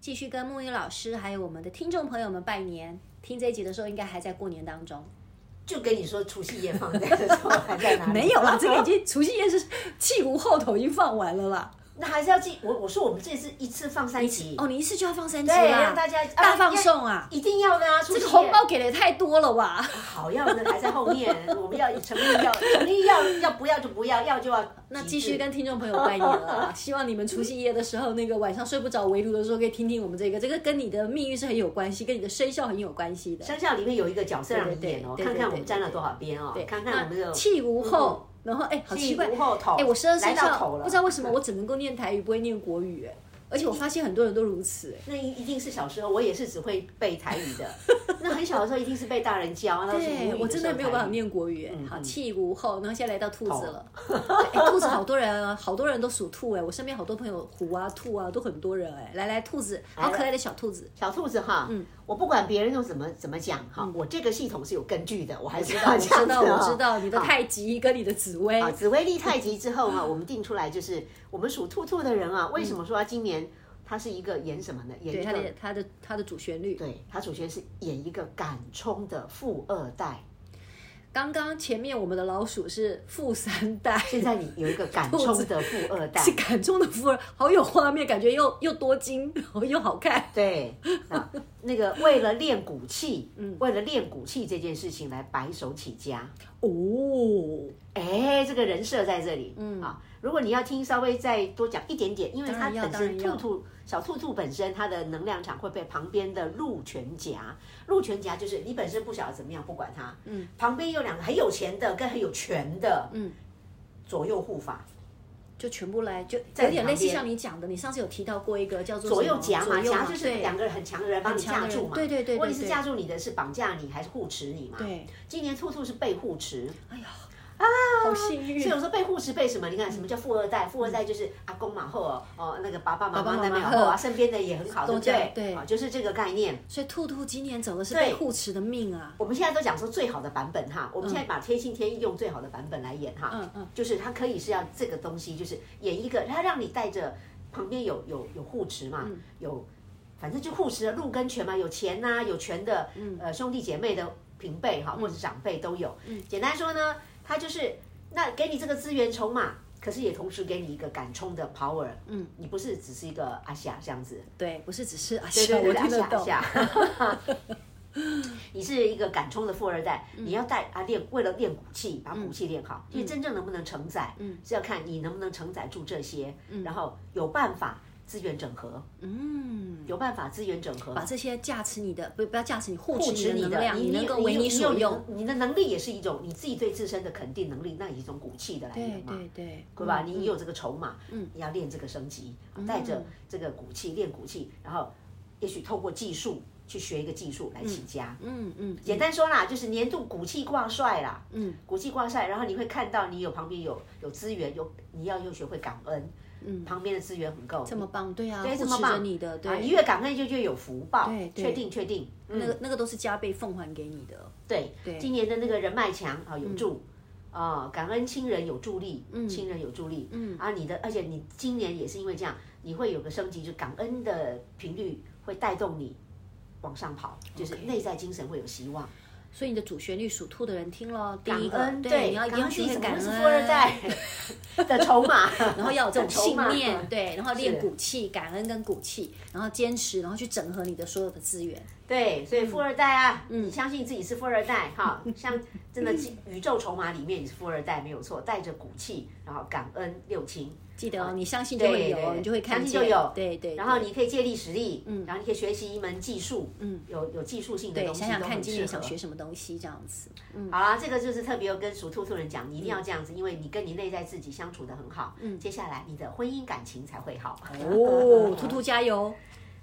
继续跟木鱼老师还有我们的听众朋友们拜年，听这一集的时候应该还在过年当中。就跟你说，除夕夜放假的时候还在哪 里？没有啦，这个已经除夕夜是气无后头已经放完了啦。那还是要记我我说我们这次一次放三集，哦，你一次就要放三集对，让啦，大家大放，送啊啊！一定要的啊！除这夕个夜红包给的也太多了 吧？好要的还在后面，我们要诚意要诚意要要不要就不要，要就要那继极致续跟听众朋友拜年了啊， 希望你们除夕夜的时候，那个晚上睡不着围炉的时候，可以听听我们这个，这个跟你的命运是很有关系，跟你的生肖很有关系的。生肖里面有一个角色让你演哦，对对对看看我们对对沾了多少边哦对，，看看我们那的气无后，然后哎，好奇嗯气怪，无后头，哎，我十二生来到肖头了，不知道为什么我只能够念台语，不会念国语，哎，而且我发现很多人都如此，哎。那一一定是小时候，我也是只会背台语 的。那很小的时候，一定是被大人教，那是母语对，时候我真的没有办法台语。念国语哎。嗯好，嗯气无后，然后现在来到兔子了。 哎，兔子好多人啊，好多人都属兔哎。我身边好多朋友虎啊、兔啊，都很多人哎。来来，兔子，好可爱的小兔子。小兔子哈，嗯我不管别人用怎么怎么讲哈，我这个系统是有根据的，我还知我道这知样子道，哦我知道，你的好太极跟你的紫薇啊，紫薇立太极之后啊，我们定出来就是我们属兔兔的人啊，为什么说他今年他是一个演什么呢？嗯演对一它个的它的它的主旋律。对，他主角是演一个敢冲的富二代。刚刚前面我们的老鼠是富三代，现在你有一个敢冲的富 二代是，感中的富二，好有画面，感觉又又多金，然后又好看。对，啊，那个为了练骨气，嗯，为了练骨气这件事情来白手起家，哦，哎，这个人设在这里，嗯啊，如果你要听，稍微再多讲一点点，因为当它然要本身当然要兔兔小兔兔本身它的能量场会被旁边的鹿泉夹，鹿泉夹就是你本身不晓得怎么样，不管它，嗯，旁边有两个很有钱的跟很有权的，嗯，左右护法，就全部来，就在有点类似旁边像你讲的，你上次有提到过一个叫做左什么右夹嘛，哦左右啊夹就是对两个很强的人帮你强的架住人嘛，对对对对问题是对架住你的是绑架你还是护持你嘛？对，今年兔兔是被护持，哎呀，好幸运所以有时候被护持被什么？你看什么叫富二代？富二代就是阿公马后哦，哦那个爸爸妈爸妈爸那妈妈边后啊，呵身边的也很好，都对不这样对？对啊，就是这个概念。所以兔兔今年走的是被对护持的命啊，我们现在都讲说最好的版本哈，我们现在把天心天意用最好的版本来演哈，嗯嗯，就是它可以是要这个东西，就是演一个，它让你带着旁边有有有护持嘛，有反正就护持的路跟权嘛，有钱呐、有权的，呃兄弟姐妹的平辈哈，或者长辈都有。简单说呢，他就是那给你这个资源筹码，可是也同时给你一个敢冲的 power。嗯，你不是只是一个阿霞这样子，对，不是只是啊，对是啊对对，我听得阿懂，霞阿霞 你是一个敢冲的富二代，嗯你要带啊练，为了练骨气，把骨气练好。因为真正能不能承载，嗯是要看你能不能承载住这些，然后有办法资源整合，嗯，有办法资源整合把，这些驾驶你的不不要驾驶你护护持持你你的的能，量，你你能够为有你所有用，你的能力也是一种你自己对自身的肯定能力，那也是一种骨气的来源对嘛。对对，嗯对吧？啊你有这个筹码，嗯，要练这个升级，带着这个骨气练骨气，然后也许透过技术去学一个技术来起家。嗯嗯，简单说啦，就是年度骨气挂帅啦，嗯，骨气挂帅，然后你会看到你有旁边有有资源，有你要又学会感恩，嗯，旁边的资源很够，这么棒，对啊，对护这持么着棒你的，啊，你对，越感恩就越有福报，对对确定确定，嗯那个那个都是加倍奉还给你的，对，今年的那个人脉墙啊、有嗯助。啊、感恩亲人有助力，亲人有助力，嗯，啊，你的，而且你今年也是因为这样，你会有个升级，就感恩的频率会带动你往上跑，就是内在精神会有希望。所以你的主旋律属兔的人听咯，第感一个，恩，你要一定要学会感感恩自己恩，怎么会是富二 代的筹码，然后要有 这种信念，对对，然后练是骨气、感恩跟骨气，然后坚持，然后去整合你的所有的资源。对，嗯所以富二代啊，你相信自己是富二代 哈，像真的宇宙筹码里面你是富二代没有错，带着骨气，然后感恩六亲，记得哦，你相信就会有哦，对你就会看相信见，就有对对。然后你可以借力使力，嗯，然后你可以学习一门技术，嗯，有有技术性的对东西想想都看，很今适年合想。学什么东西这样子。嗯，好啦，这个就是特别要跟属兔兔人讲，你一定要这样子，因为你跟你内在自己相处的很好，嗯，接下来你的婚姻感情才会好。 哦，兔兔加油！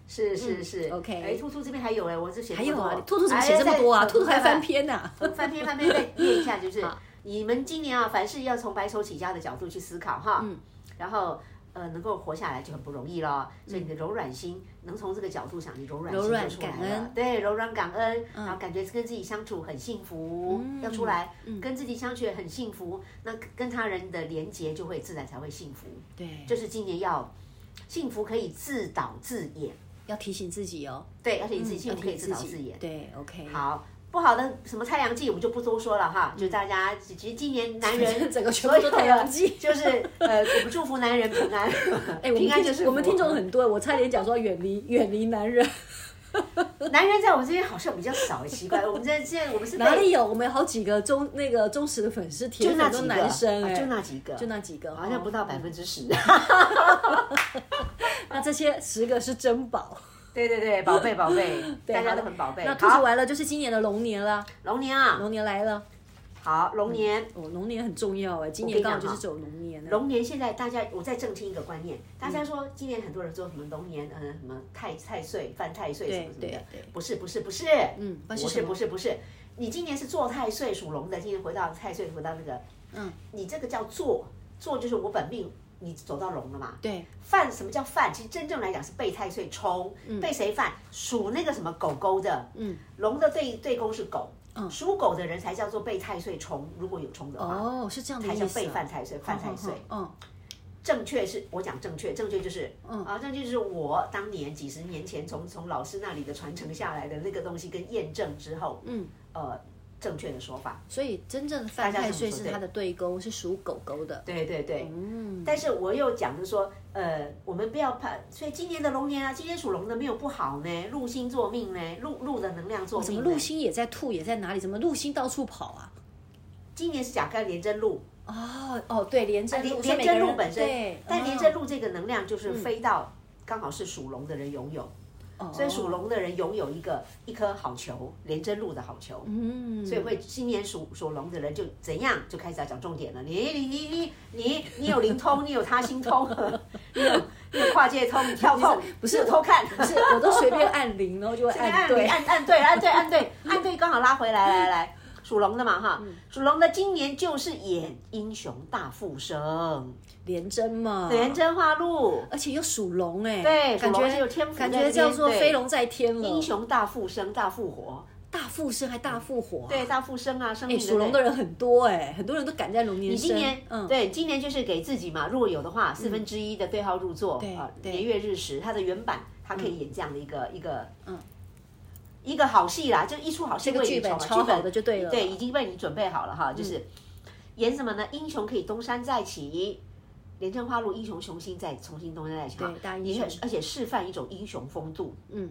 是是是嗯，OK 哎，兔兔哎这边还有哎，我这写还这么有啊，多兔兔怎么写这么多啊？兔兔还翻。篇 呐。哎再翻篇翻篇再念一下，就是好你们今年啊，凡事要从白手起家的角度去思考哈，嗯，然后。呃，能够活下来就很不容易了，所以你的柔软心能从这个角度想，你嗯柔软嗯心柔软就出来感了恩对，柔软感恩，然后感觉跟自己相处很幸福，要出来，跟自己相处也很幸福，那跟他人的连接就会自然才会幸福，对，就是今年要幸福可以自导自演，要提醒自己哦，对，而且你自己要幸福可提以自醒导自演，对，OK。， 好，不好的什么太阳季我们就不多说了嗯哈，就大家其实今年男人整个全 所部有都的太阳季。 就是呃，我们祝福男人平安， 哎，我们平安听就是我们听众福很多，我差点讲说远 离远离男人，男人在我们这边好像比较少，奇怪，我们在现在我们是被哪里有？我们有好几个忠那个忠实的粉丝，铁就那粉几都个男生啊哎，就那几个，就那几个，好像不哦。到百分 之十。那这些十个是珍宝，对对对，宝贝宝贝， 对大家都好的很宝贝。那兔子好，完了就是今年的龙年了，龙年啊，龙年来了，好龙年。哦，龙年很重要哎，今我年跟你刚好讲就是哈走龙年了。龙年现在大家，我再正听一个观念，大嗯家说今年很多人说什么龙年，嗯、什么太太岁、犯太岁什么什么对的对对，不是不是不是，嗯不不然是是什么不是不是，你今年是做太岁属龙的，今年回到太岁回到那个，嗯，你这个叫做做就是我本命，你走到龙了嘛，对，犯什么叫犯？其实真正来讲是被太岁冲，嗯被谁犯？属那个什么狗狗的，嗯，龙的对对宫是狗，属狗的人才叫做被太岁冲，如果有冲的话，嗯哦，是这样的才意思叫啊。被犯太岁，犯太岁。嗯，正确是我讲正确，正确就是，啊，正确就是我当年几十年前从从老师那里的传承下来的那个东西跟验证之后，嗯，呃，正确的说法，所以真正的犯大家太这么说岁是他的对宫，是属狗狗的。对对对，嗯，但是我又讲的说，呃，我们不要怕，所以今年的龙年啊，今年属龙的没有不好呢，禄星作命呢，禄哦禄的能量作怎么命呢，陆星也在吐，也在哪里？怎么陆星到处跑啊？今年是甲干廉贞禄，哦哦，对，廉贞廉禄，廉啊贞禄本身对，，但哦廉贞禄这个能量就是飞到刚好是属龙的人拥有。所以属，哦龙的人拥有一个一颗好球，连针路的好球，嗯，所以会今年属属龙的人就怎样就开始要讲重点了。你你你你你你有灵通，你有他心通， 你有你有跨界通，你跳痛，不是你有偷看，哎不是，我都随便按铃，然后就会这边按按对对。按按对按对按对按对，刚好拉回来来来。属龙的嘛哈，嗯属龙的今年就是演英雄大复嗯生，廉贞嘛，连，贞化禄，而且又属龙哎，对感属龙是有觉天赋在感那边觉叫做对飞龙在天了，英雄大复生大复活，大复生还大复活啊，对大复生啊，生命哎，属龙对的人很多哎，很多人都赶在龙年你生，今年，嗯，对，今年就是给自己嘛，如果有的话，四分之一的对号入座对啊，对年月日时，它的原版，它可以演这样的一个一个，嗯，一个好戏啦，就一出好戏这个为你剧筹本嘛，超好的就对了，对，已经为你准备好了嗯哈，就是演什么呢？英雄可以东山再起，连城花路英雄雄心再重新东山再起，哈对大英你雄而且示范一种英雄风度，嗯，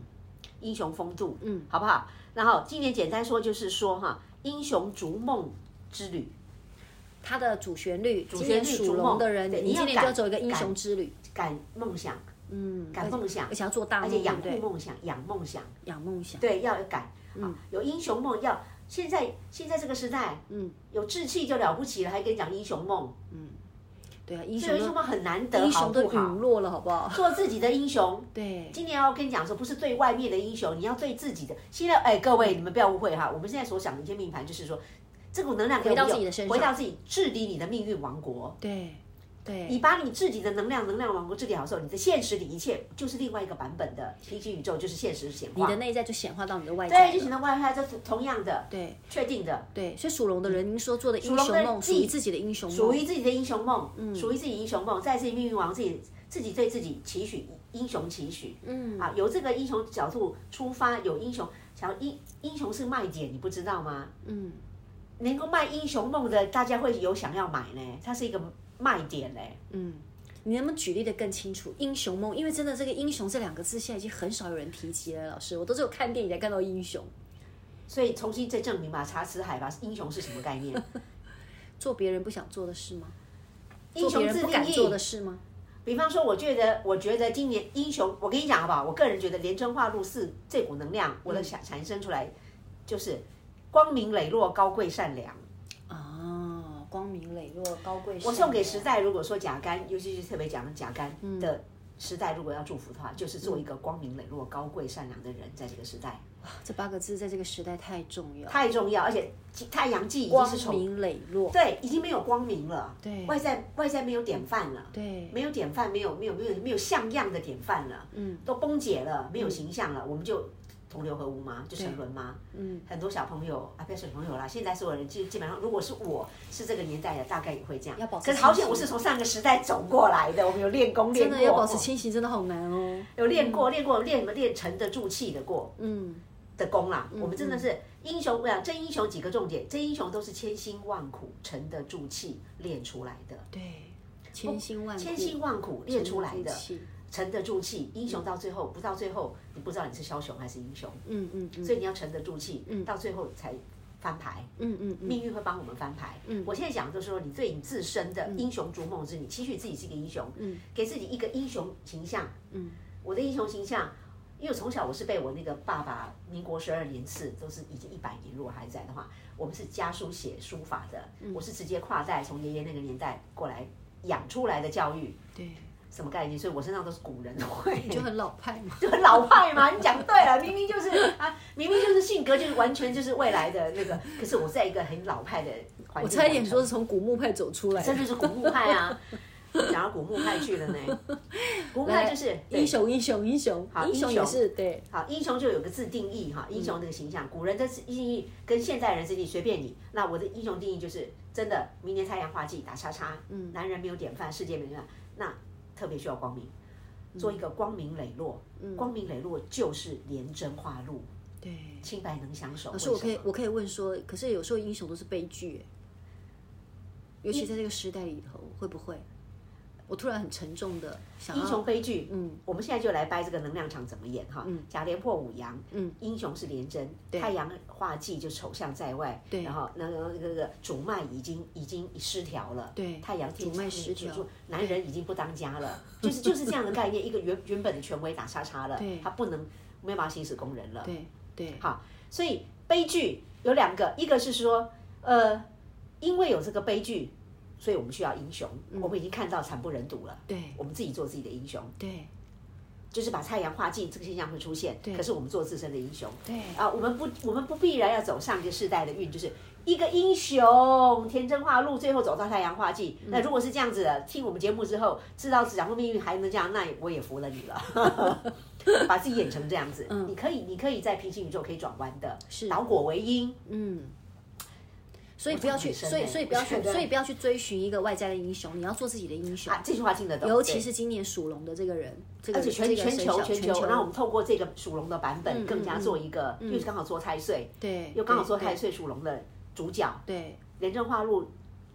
英雄风度，嗯，好不好？然后今年简单说就是说哈，英雄逐梦之旅。它的主旋律，主旋律属龙的人，逐梦对你今你年就要敢要走一个英雄之旅，敢梦想，嗯，敢梦想而，且要做大而梦，且对嗯养不护对？梦想，养梦想，养梦想，对，要有敢，啊，有英雄梦，要现在现在这个时代，嗯，有志气就了不起了，还跟你讲英雄梦，对啊，英这英雄雄都梦很难得，英好雄不都好？陨落了，好不好？做自己的英雄。对，今年要跟你讲说，不是对外面的英雄，你要对自己的。现在，哎，各位，你们不要误会哈，我们现在所想的一些命盘，就是说，这股能量给我们回到有自己的身上回到自己，治理你的命运王国。对，对，你把你自己的能量、能量王国治理好之后，你的现实里一切就是另外一个版本的平行宇宙，就是现实显你化。的内在就显化到你的外在对，就了，形成外派，这是同样的，对确定的，对，所以属龙的人，您说做的英龙的雄梦，自属己于自己的英雄属梦，于自己的英雄梦，嗯属于自己英雄梦，在自己命运王自己自己对自己期许，英雄期许，嗯，啊，由这个英雄角度出发，有英雄，想要英英雄是卖点，你不知道吗？嗯，能够卖英雄梦的，大家会有想要买呢，它是一个卖点嘞，你能不能举例的更清楚？英雄梦，因为真的这个英雄这两个字现在已经很少有人提及了，老师，我都只有看电影才看到英雄，所以重新再证明吧，查辞海吧，英雄是什么概念？做别人不想做的事吗？英做别雄人自不定敢做的义，事吗？比方说，我觉得，我觉得今年英雄，我跟你讲好不好？我个人觉得连真化路四这股能量，嗯我的产产生出来就是光明磊落、高贵善良。哦，光明磊落，高贵。我送给时，代，如果说甲肝，尤其是特别讲甲肝嗯的时代，如果要祝福的话，就是做一个光明磊落、高贵善良的人，在这个时代啊这八个字在这个时代太重要。太重要，而且太阳季已经光是从明磊落，对，已经没有光明了，对外在外在没有典范了，对，没有典范，没有没有没有没有像样的典范了，嗯，都崩解了，没有形象了，我们就同流合污吗？就沉沦吗？嗯，很多小朋友啊，不要小朋友啦，现在所有人基基本上，如果是我是这个年代的，大概也会这样。要保持可是好清险，醒我是从上个时代走过来的，我们有练功练真过，的要保持清醒，真的好难哦。有练过练过练什么练沉得住气的过嗯，的功啦。我们真的是英雄，我想真英雄几个重点，真英雄都是千辛万苦沉得住气练出来的。对，千辛万苦，哦千辛万苦练出来的，气沉得住气。英雄到最后，不到最后，你不知道你是枭雄还是英雄，嗯嗯嗯，所以你要沉得住气，到最后才翻牌。嗯嗯嗯，命运会帮我们翻牌。我现在讲的就是说，你对你自身的英雄逐梦之旅，期许自己是一个英雄，给自己一个英雄形象。我的英雄形象，因为从小我是被我那个爸爸，民国十二年次都是已经一百年，如果还在的话，我们是家书写书法的，我是直接跨代从爷爷那个年代过来养出来的教育，对，什么概念？所以我身上都是古人 味。就很老派 嘛。就很老派嘛，你讲对了，明明就是啊，明明就是性格就是完全就是未来的那个，可是我在一个很老派的环境，我差一点说是，从古墓派走出来的真，的是古墓派啊，讲到古墓派去了 呢，古墓派就是对英雄英雄英雄好，英雄英也雄是对，好，英雄就有个字定义嗯哈，英雄这个形象，古人的定义跟现代人是定义随便你。那我的英雄定义就是真的，明年太阳化忌打叉叉，嗯，男人没有典范，世界没有典范，那特别需要光明，嗯做一个光明磊落，光明磊落就是廉贞化禄，对。清白能相守。老师，我可以为什么我可以问说，可是有时候英雄都是悲剧，欸尤其在这个时代里头，会不会？我突然很沉重的想要英雄悲剧，嗯，我们现在就来掰这个能量场怎么演哈。嗯甲廉破五阳，嗯，英雄是廉贞，太阳化忌就丑相在外，对，然后那个那个主脉已经已经失调了，对太阳天主脉失调主男人已经不当家了，就是就是这样的概念，一个原原本的权威打叉叉了，他不能没有办法行使功能了，对对好，所以悲剧有两个，一个是说，呃，因为有这个悲剧，所以我们需要英雄。我们已经看到惨不忍睹了，对我们自己做自己的英雄，对就是把太阳化忌这个现象会出现。可是我们做自身的英雄。对啊，我们不，我们不必然要走上一个世代的运，就是一个英雄天真化路，最后走到太阳化忌。嗯那如果是这样子的，听我们节目之后，知道掌握命运还能这样，那我也服了你了。 把自己演成这样子，你可以，你可以在平行宇宙可以转弯的，嗯是导果为因，嗯。所以不要去，我觉得很深所以欸所以不要去我，觉得所以不要去追寻一个外在的英雄，你要做自己的英雄啊。这句话听得懂，尤其对是今年属龙的这个人，这个而且全这个全生球肖全球，那我们透过这个属龙的版嗯本，更加做一个，因为刚好做太岁，对，又刚好嗯对做太，岁属龙的主角，对廉政化禄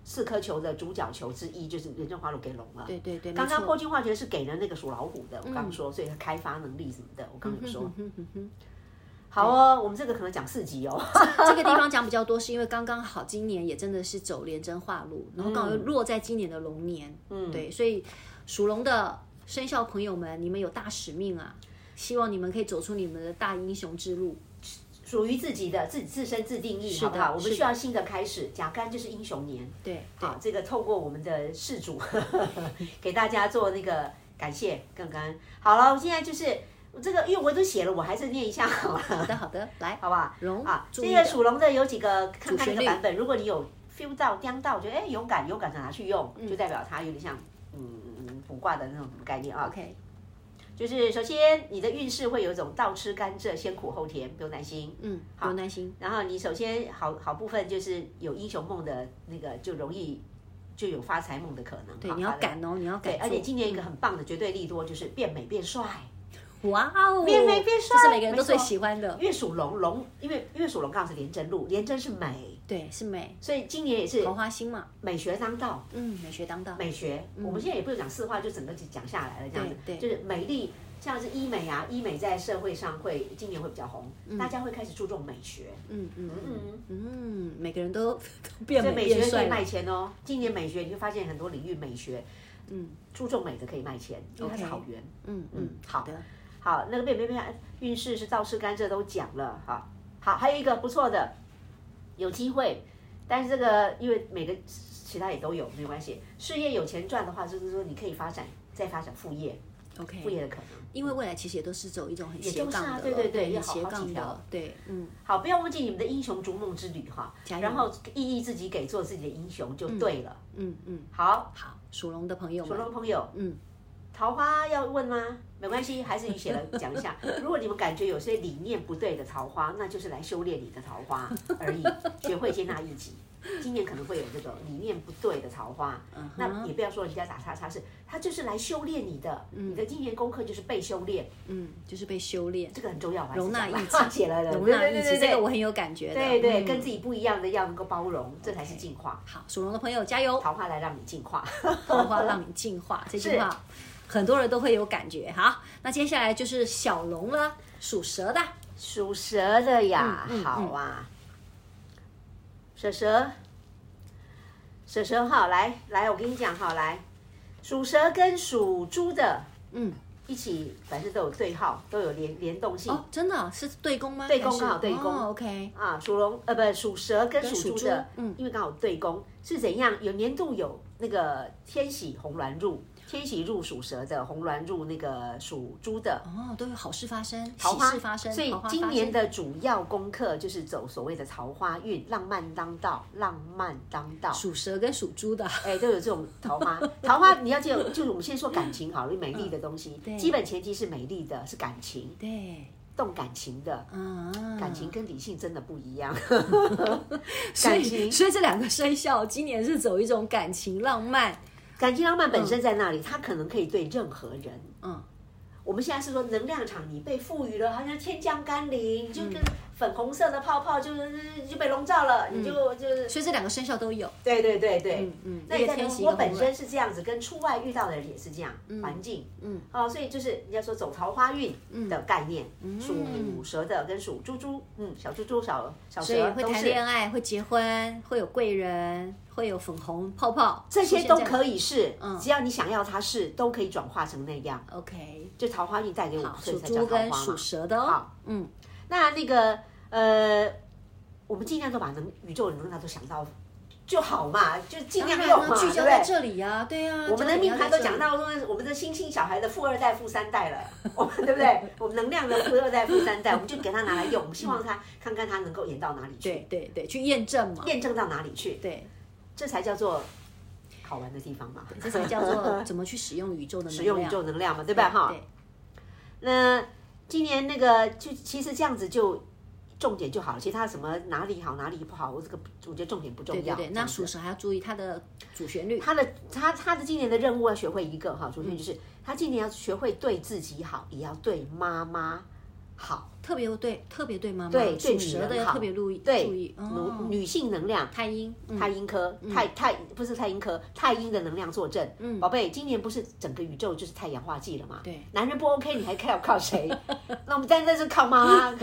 四颗球的主角球之一，就是廉政化禄给龙了。对对对，刚刚没错嗯破军化学是给了那个属老虎的，我刚刚说，所以他开发能力什么的，我刚刚有说。好哦，我们这个可能讲四集哦。这个地方讲比较多，是因为刚刚好今年也真的是走连贞化禄，然后刚好嗯又落在今年的龙年，嗯，对，所以属龙的生肖朋友们，你们有大使命啊，希望你们可以走出你们的大英雄之路。属于自己的，自己自身自定义，的好不好？我是们的需要新的开始。甲肝就是英雄年，对，好，这个透过我们的事主 给大家做那个感谢跟感恩。好了，我现在就是这个，因为我都写了，我还是念一下好了，好的好的，来，好不好？荣啊，注这意个的属龙的有几个看看旋那个律版本，如果你有 feel 到、掂到，觉得哎勇敢，勇敢的拿去用，就代表它有点像嗯嗯卜卦的那种概念啊。 ，OK，就是首先你的运势会有一种倒吃甘蔗，先苦后甜，不用担心。嗯，不用担心，然后你首先好好部分就是有英雄梦的那个，就容易就有发财梦的可能。对，好你要发的敢哦，你要对，敢做，而且今年一个很棒的绝对利多就是变美变帅，哇哦，变美变帅这是每个人都没错最喜欢的，因为属龙龙，因为因为属龙刚好是廉贞路，廉贞是美，对，是美所以今年也是桃花心嘛，美学当道。嗯，美学当道，美学，我们现在也不用讲四化，就整个讲下来了，这样子，嗯对对就是美丽，像是医美啊，医美在社会上会今年会比较红，大家会开始注重美学，嗯嗯嗯， 嗯，每个人都都变所以美美学变可帅以卖了，钱哦。今年美学你会发现很多领域美学，嗯，注重美的可以卖钱，因为它是 OK 好缘。嗯嗯，好的，好，那个变变变运势是燥湿干这都讲了哈。好，还有一个不错的，有机会，但是这个因为每个其他也都有，没有关系。事业有钱赚的话，就是说你可以发展再发展副业，副 OK，业的可能。因为未来其实也都是走一种很斜就是杠的啊了，对对对要很好斜好几杠条的，对，嗯，好，不要忘记你们的英雄逐梦之旅哈，加油然后意义自己给做自己的英雄就对了。嗯嗯，好，好，属龙的朋友属们，龙朋友，嗯，桃花要问吗？没关系，还是你写了讲一 下。如果你们感觉有些理念不对的桃花，那就是来修炼你的桃 花而已，学会接纳异己。今年可能会有这种理念不对的桃花，嗯哼那也不要说人家打叉叉，是他就是来修炼你的，你的今年功课就是被修炼，嗯，就是被修炼，这个很重要。我还是容纳讲了异己 写了的，容对纳对异对己，这对对个我很有感觉的，对对，嗯跟自己不一样的要能够包容，这才是 OK 进化。好，属龙的朋友加油，桃花来让你进化， 桃花让你进化，这句话很多人都会有感觉。好，那接下来就是小龙了，属蛇的，属蛇的呀，嗯嗯好啊，蛇蛇，蛇蛇好，来来，我跟你讲好，来，属蛇跟属猪的嗯，一起，反正都有对号，都有联联动性、哦，真的哦、是对宫吗？对还宫是刚好对宫哦，OK，啊。属龙呃不，属蛇跟跟属属猪的，猪嗯因为刚好对宫是怎样？有年度有那个天喜红鸾入，天喜入属蛇的，红鸾入那个属猪的，哦，都有好事发生，桃喜花事发生，所以桃花发今年生的主要功课就是走所谓的桃花运，浪漫当道，浪漫当道。属蛇跟属猪 的，哎，都有这种桃花，桃花你要记得，就是我们先说感情好了，美丽的东西，嗯对基本前提是美丽的，是感情，对，动感情的，嗯，感情跟理性真的不一 样。所感以情所以这两个生肖今年是走一种感情浪漫，感情浪漫本身在那里，它可能可以对任何人。嗯，我们现在是说能量场，你被赋予了，好像天降甘霖，你就嗯跟粉红色的泡泡就是就被笼罩了，嗯你就就是所以这两个生肖都有，对对对对，嗯嗯那一个也代表天喜一我个本红身是这样子，跟出外遇到的人也是这样，环境，嗯嗯，哦，所以就是人家说走桃花运的概念，嗯属蛇的跟属猪猪，嗯，小猪猪小小所以蛇会都谈是，恋爱，会结婚，会有贵人，会有粉红泡泡，这些都可以。以是，嗯只要你想要它是，都可以转化成那样， OK，就桃花运带给我们，所以属才叫猪桃跟花属嘛。蛇的哦好。嗯，那那个呃，我们尽量都把能宇宙能量都想到就好嘛，就尽量当然用啊嘛，对聚不焦在对？这里呀、对呀、我们的焦点命要盘在这都讲里，到说，我们的星星小孩的富二代、富三代了， 我们对不对？我们能量的富二代、富三代，我们就给他拿来用，我们希望他看看他能够演到哪里对去，对对，去验证嘛，验证到哪里去，对，这才叫做好玩的地方嘛，这才叫 做怎么去使用宇宙的能量，使用宇宙能量嘛，对吧？哈，对，那今年那个就其实这样子就。重点就好了，其他什么哪里好哪里不好，我这个我觉得重点不重对要。对对，这那样子属蛇还要注意它的主旋律，他的他他的今年的任务要学会一个哈，首先就是他今年要学会对自己好，也要对妈妈好，特别对特别对妈妈，对对属女蛇的人要好特别注意对注意哦女，女性能量。太阴，嗯太阴科，太太不是太阴科，太阴的能量坐镇。嗯，宝贝，今年不是整个宇宙就是太阳化忌了嘛？对，男人不 OK，你还靠靠谁？ 那我们单单是靠 妈妈，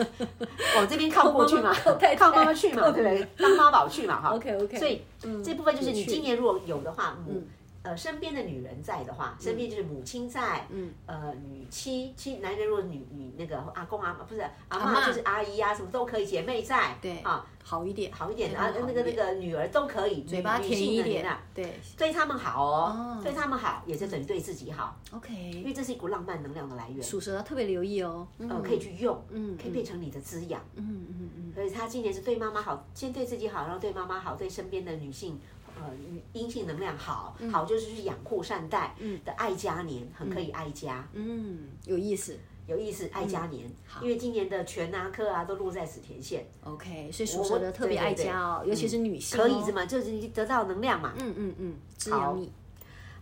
往这边靠过去靠妈嘛，妈靠太太靠妈妈去嘛，对不对？当妈宝去嘛，哈。 OK，OK 所以这部分就是嗯你有趣嗯今年如果有的话，母呃身边的女人在的话，身边就是母亲在，嗯，呃女妻妻男人如果女女那个阿公阿妈不是阿嬷妈就是阿姨啊，什么都可以，姐妹在，对啊。好一点，好一点的对好，啊那一个那点个女儿都可以，嘴巴甜一点啊，，对对他们好哦，哦对他们好，也是等于对自己好，因，OK，为这是一股浪漫能量的来源，属蛇要特别留意哦，呃，嗯，可以去用，嗯可以变成你的滋养。嗯嗯嗯所以他今年是对妈妈好，先对自己好，然后对妈妈好，对身边的女性。呃，阴性能量好，嗯好就是去养护善待的爱家年，很可以爱家，嗯，有意思有意思，爱家年。因为今年的全啊、科啊都落在子田线， ，OK，所以属蛇的特别爱家哦，对对对尤其是女性哦，可以是吗？就是你得到能量嘛。嗯嗯嗯，滋养你，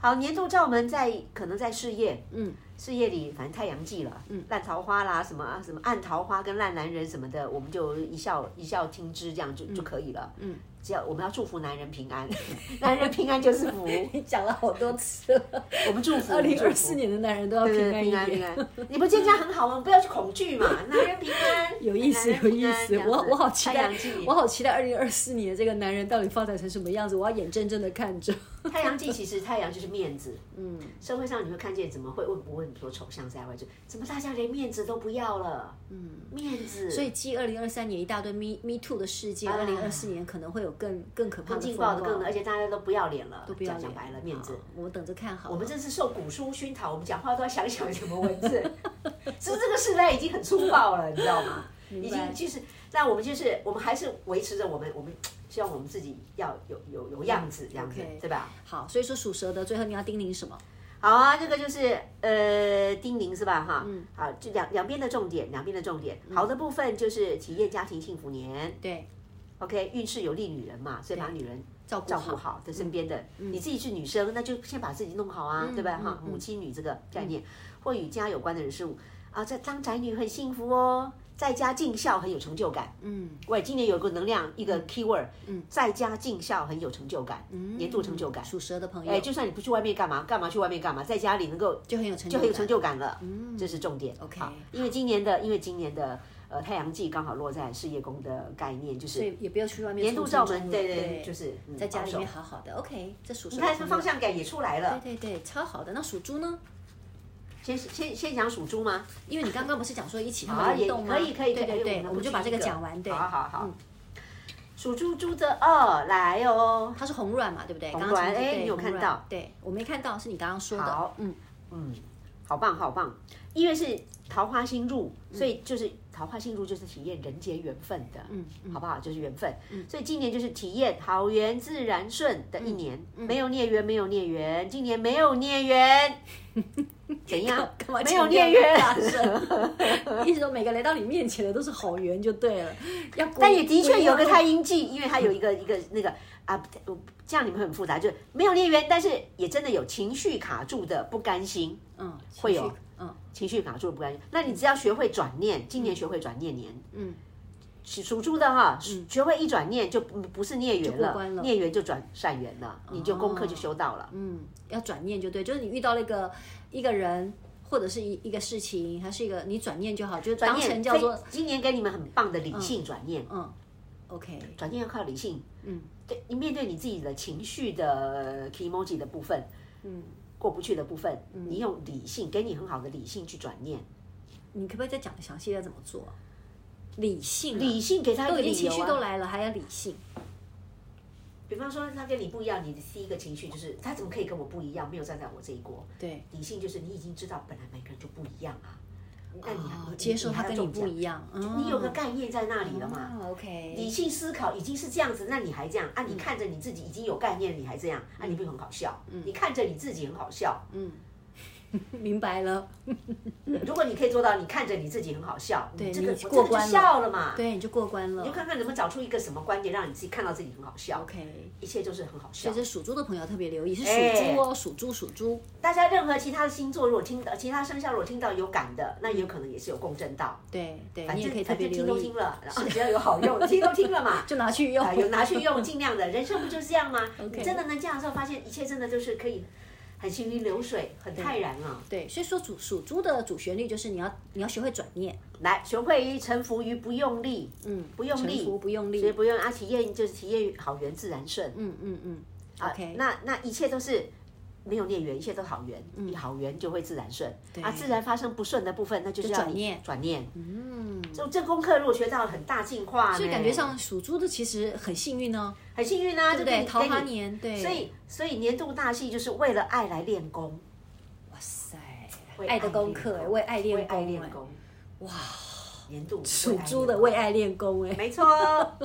好，年度照门在可能在事业，嗯，事业里反正太阳季了，嗯，烂桃花啦，什么啊，什么暗桃花跟烂男人什么的，我们就一笑一笑听之，这样就、就可以了，嗯，只要我们要祝福男人平安， 男人平安就是福。 你讲了好多次了，我们祝福，二零我们二祝福四年的男人都要对平安一平安平点。安，你不见这样很好吗？不要去恐 惧嘛，男人平安，有意思，男有人平意安思，我我好期待，我好。好期待二零二四年这个男人到底发展成什么样子，我要眼睁睁的看 着。太阳镜其实太阳就是面子，嗯，社会上你会看见怎么会问不问说丑相在外就怎么大家连面子都不要了，嗯，面子，所以继二零二三年一大堆 Me Me Too 的事件，二啊零二四年可能会有更更可怕的劲风爆的暴，更了，而且大家都不要脸了，都不要讲脸啊讲白了面子好。我等着看好了。我们真是受古书熏陶，我们讲话都要想想什么文字， 是不是这个时代已经很粗暴了，你知道吗？已白经就是，那我们就是我们还是维持着我们我们希望我们自己要有有有样子这样子 OK，对吧？好，所以说属蛇的，最后你要叮咛什么？好啊，这个就是呃叮咛是吧？哈，嗯，好，这两两边的重点，两边的重嗯点，好的部分就是体验家庭幸福年对， ，OK，运势有利女人嘛，所以把女人照顾照好，顾好在身边的，嗯你自己是女生，那就先把自己弄好啊，对吧？哈、母亲女这个概嗯念，或与家有关的人事物啊，在当宅女很幸福哦，在家尽孝很有成就感。嗯，喂，今年有个能量，一个 keyword，嗯，在家尽孝很有成就感，嗯年度成就感。属蛇的朋友，哎，就算你不去外面干嘛，干嘛去外面干嘛，在家里能够就很有成就感，就很有成就感了，这是重点。嗯 OK，好因为今年的，因为今年的呃太阳季刚好落在事业宫的概念，就是所以也不要去外面年度照门，冲对冲对撞对，对，就是嗯在家里保守面好好的。OK，这属蛇你的看朋友方，向感也出来了。对对对，超好的。那属猪呢？先先先讲属猪吗？因为你刚刚不是讲说 一起他好啊，们也运动吗？可以可以可对对以，可以对，我们就把这个讲完。对，好好好嗯，属猪猪的二来哦。它是红软嘛，对不对？红刚刚软从哎对你有红看软到对我没看到，是你刚刚说的好。嗯，嗯，好棒好棒！因为是桃花星入，嗯所以就是桃花星入就是体验人间缘分的，嗯，好不好？就是缘分，嗯所以今年就是体验好缘自然顺的一年，嗯没有孽缘，没有孽缘，今年没有孽缘， 怎样？干嘛嗯没有强调孽缘大声？ 意思说每个来到你面前的都是好缘就对了。要啊鼓但也的鼓确励有个他太阴忌，因为它有一个一个那个啊，不这样你们会很复杂，就是没有孽缘，但是也真的有情绪卡住的不甘心，嗯会有情绪嗯情绪卡住不甘心。那你只要学会转念，今年学会转念年，嗯，属猪的哈，学会一转念就不不是孽缘嗯过关了了，孽缘就转善缘了，你就功课就修到了。嗯，要转念就对，就是你遇到了一个一个人。或者是一一个事情，还是一个你转念就好，就是当成叫做所以今年给你们很棒的理性转念，嗯，OK，转念要靠理性，嗯，对你面对你自己的情绪的 emoji 的部分，嗯，过不去的部分，嗯你用理性给你很好的理性去转念，你可不可以再讲详细要怎么做？理性啊、理性给他一都个已经理情由绪啊都来了，还要理性，比方说他跟你不一样，你的第一个情绪就是他怎么可以跟我不一样，没有站在我这一国，对，理性就是你已经知道本来每个人就不一样啊，那你还、哦，接受他还要跟你中奖不一样，嗯，你有个概念在那里了嘛？啊，OK，理性思考已经是这样子，那你还这样啊？你嗯看着你自己已经有概念，你还这样啊？你不是很好笑？嗯你看着你自己很好笑。明白了，如果你可以做到，你看着你自己很好笑，对你这个我你这过个就关了笑了嘛。对，你就过关了你就看看能不能找出一个什么观点，让你自己看到自己很好笑。 ，OK。一切就是很好所笑以。这属猪的朋友特别留意，是属哎猪哦，属猪属猪，大家任何其他的星座，如果听到呃其他生肖如果听到有感的，那也有可能也是有共振到。对对，反你也正可以特反别正听都留意听，了，然后只要有好用，听都听 了嘛。就拿去用啊，，有拿去用，尽量的。人生不就是这样吗 OK 你真的能这样的时候，发现一切真的就是可以很行云流水，很泰然啊。对，所以说主属猪的主旋律就是你要你要学会转念，来，学会臣服于不用力，嗯，不用力臣服不用力所以，不用啊，体验就是体验好缘自然顺。嗯嗯嗯，OK，那那一切都是。没有孽缘，一切都好缘，嗯一好缘就会自然顺啊。自然发生不顺的部分，那就是就要转你念转念。嗯，就这功课如果学到了很大进化呢，所以感觉上属猪的其实很幸运哦，很幸运啊，对对不对？桃花年，对，所以所以年度大戏就是为了爱来练功。哇塞，为爱的功课哎，为爱练功哎，为爱练功，啊哇，年度属猪的为，爱练功哎，没错，好不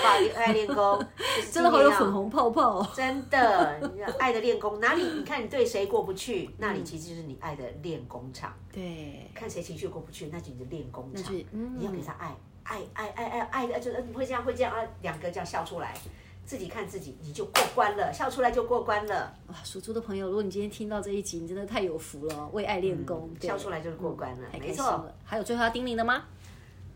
好？为爱练功，就是真的好有今年要粉，红泡泡哦，真的，你要爱的练功，哪里你看你对谁过不去，那里其实就是你爱的练功场，对，看谁情绪过不去，那就是你的练功那场是，嗯你要给他爱，爱爱爱爱爱的，就是你会这样会这样啊，两个这样笑出来。自己看自己，你就过关了，笑出来就过关了，哇，属猪的朋友，如果你今天听到这一集，你真的太有福了哦，为爱练功，对嗯嗯笑出来就是过关了，太开没心错。了。还有最后要叮咛的吗？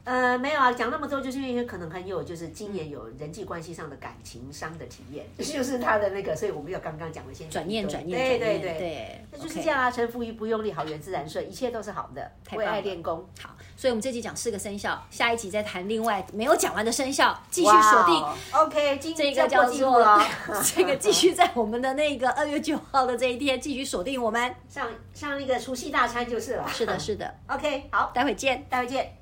呃，没有啊，讲那么多就是因为可能很有，就是今年有人际关系上的感情伤的体验，就是他的那个，所以我们要刚刚讲的先嗯转念对转念对转对念，对对，那就是这。样啊，臣服于不用力，好缘自然顺，一切都是好的。为棒爱了练功，好，所以我们这集讲四个生肖，下一集再谈另外没有讲完的生肖，继续哇锁定哦。OK，今这个破叫纪录做，了 这个继续在我们的那个二月九号的这一天继续锁定我们。上上那个除夕大餐就是了。是的，是的， OK，好，待会见。待会见。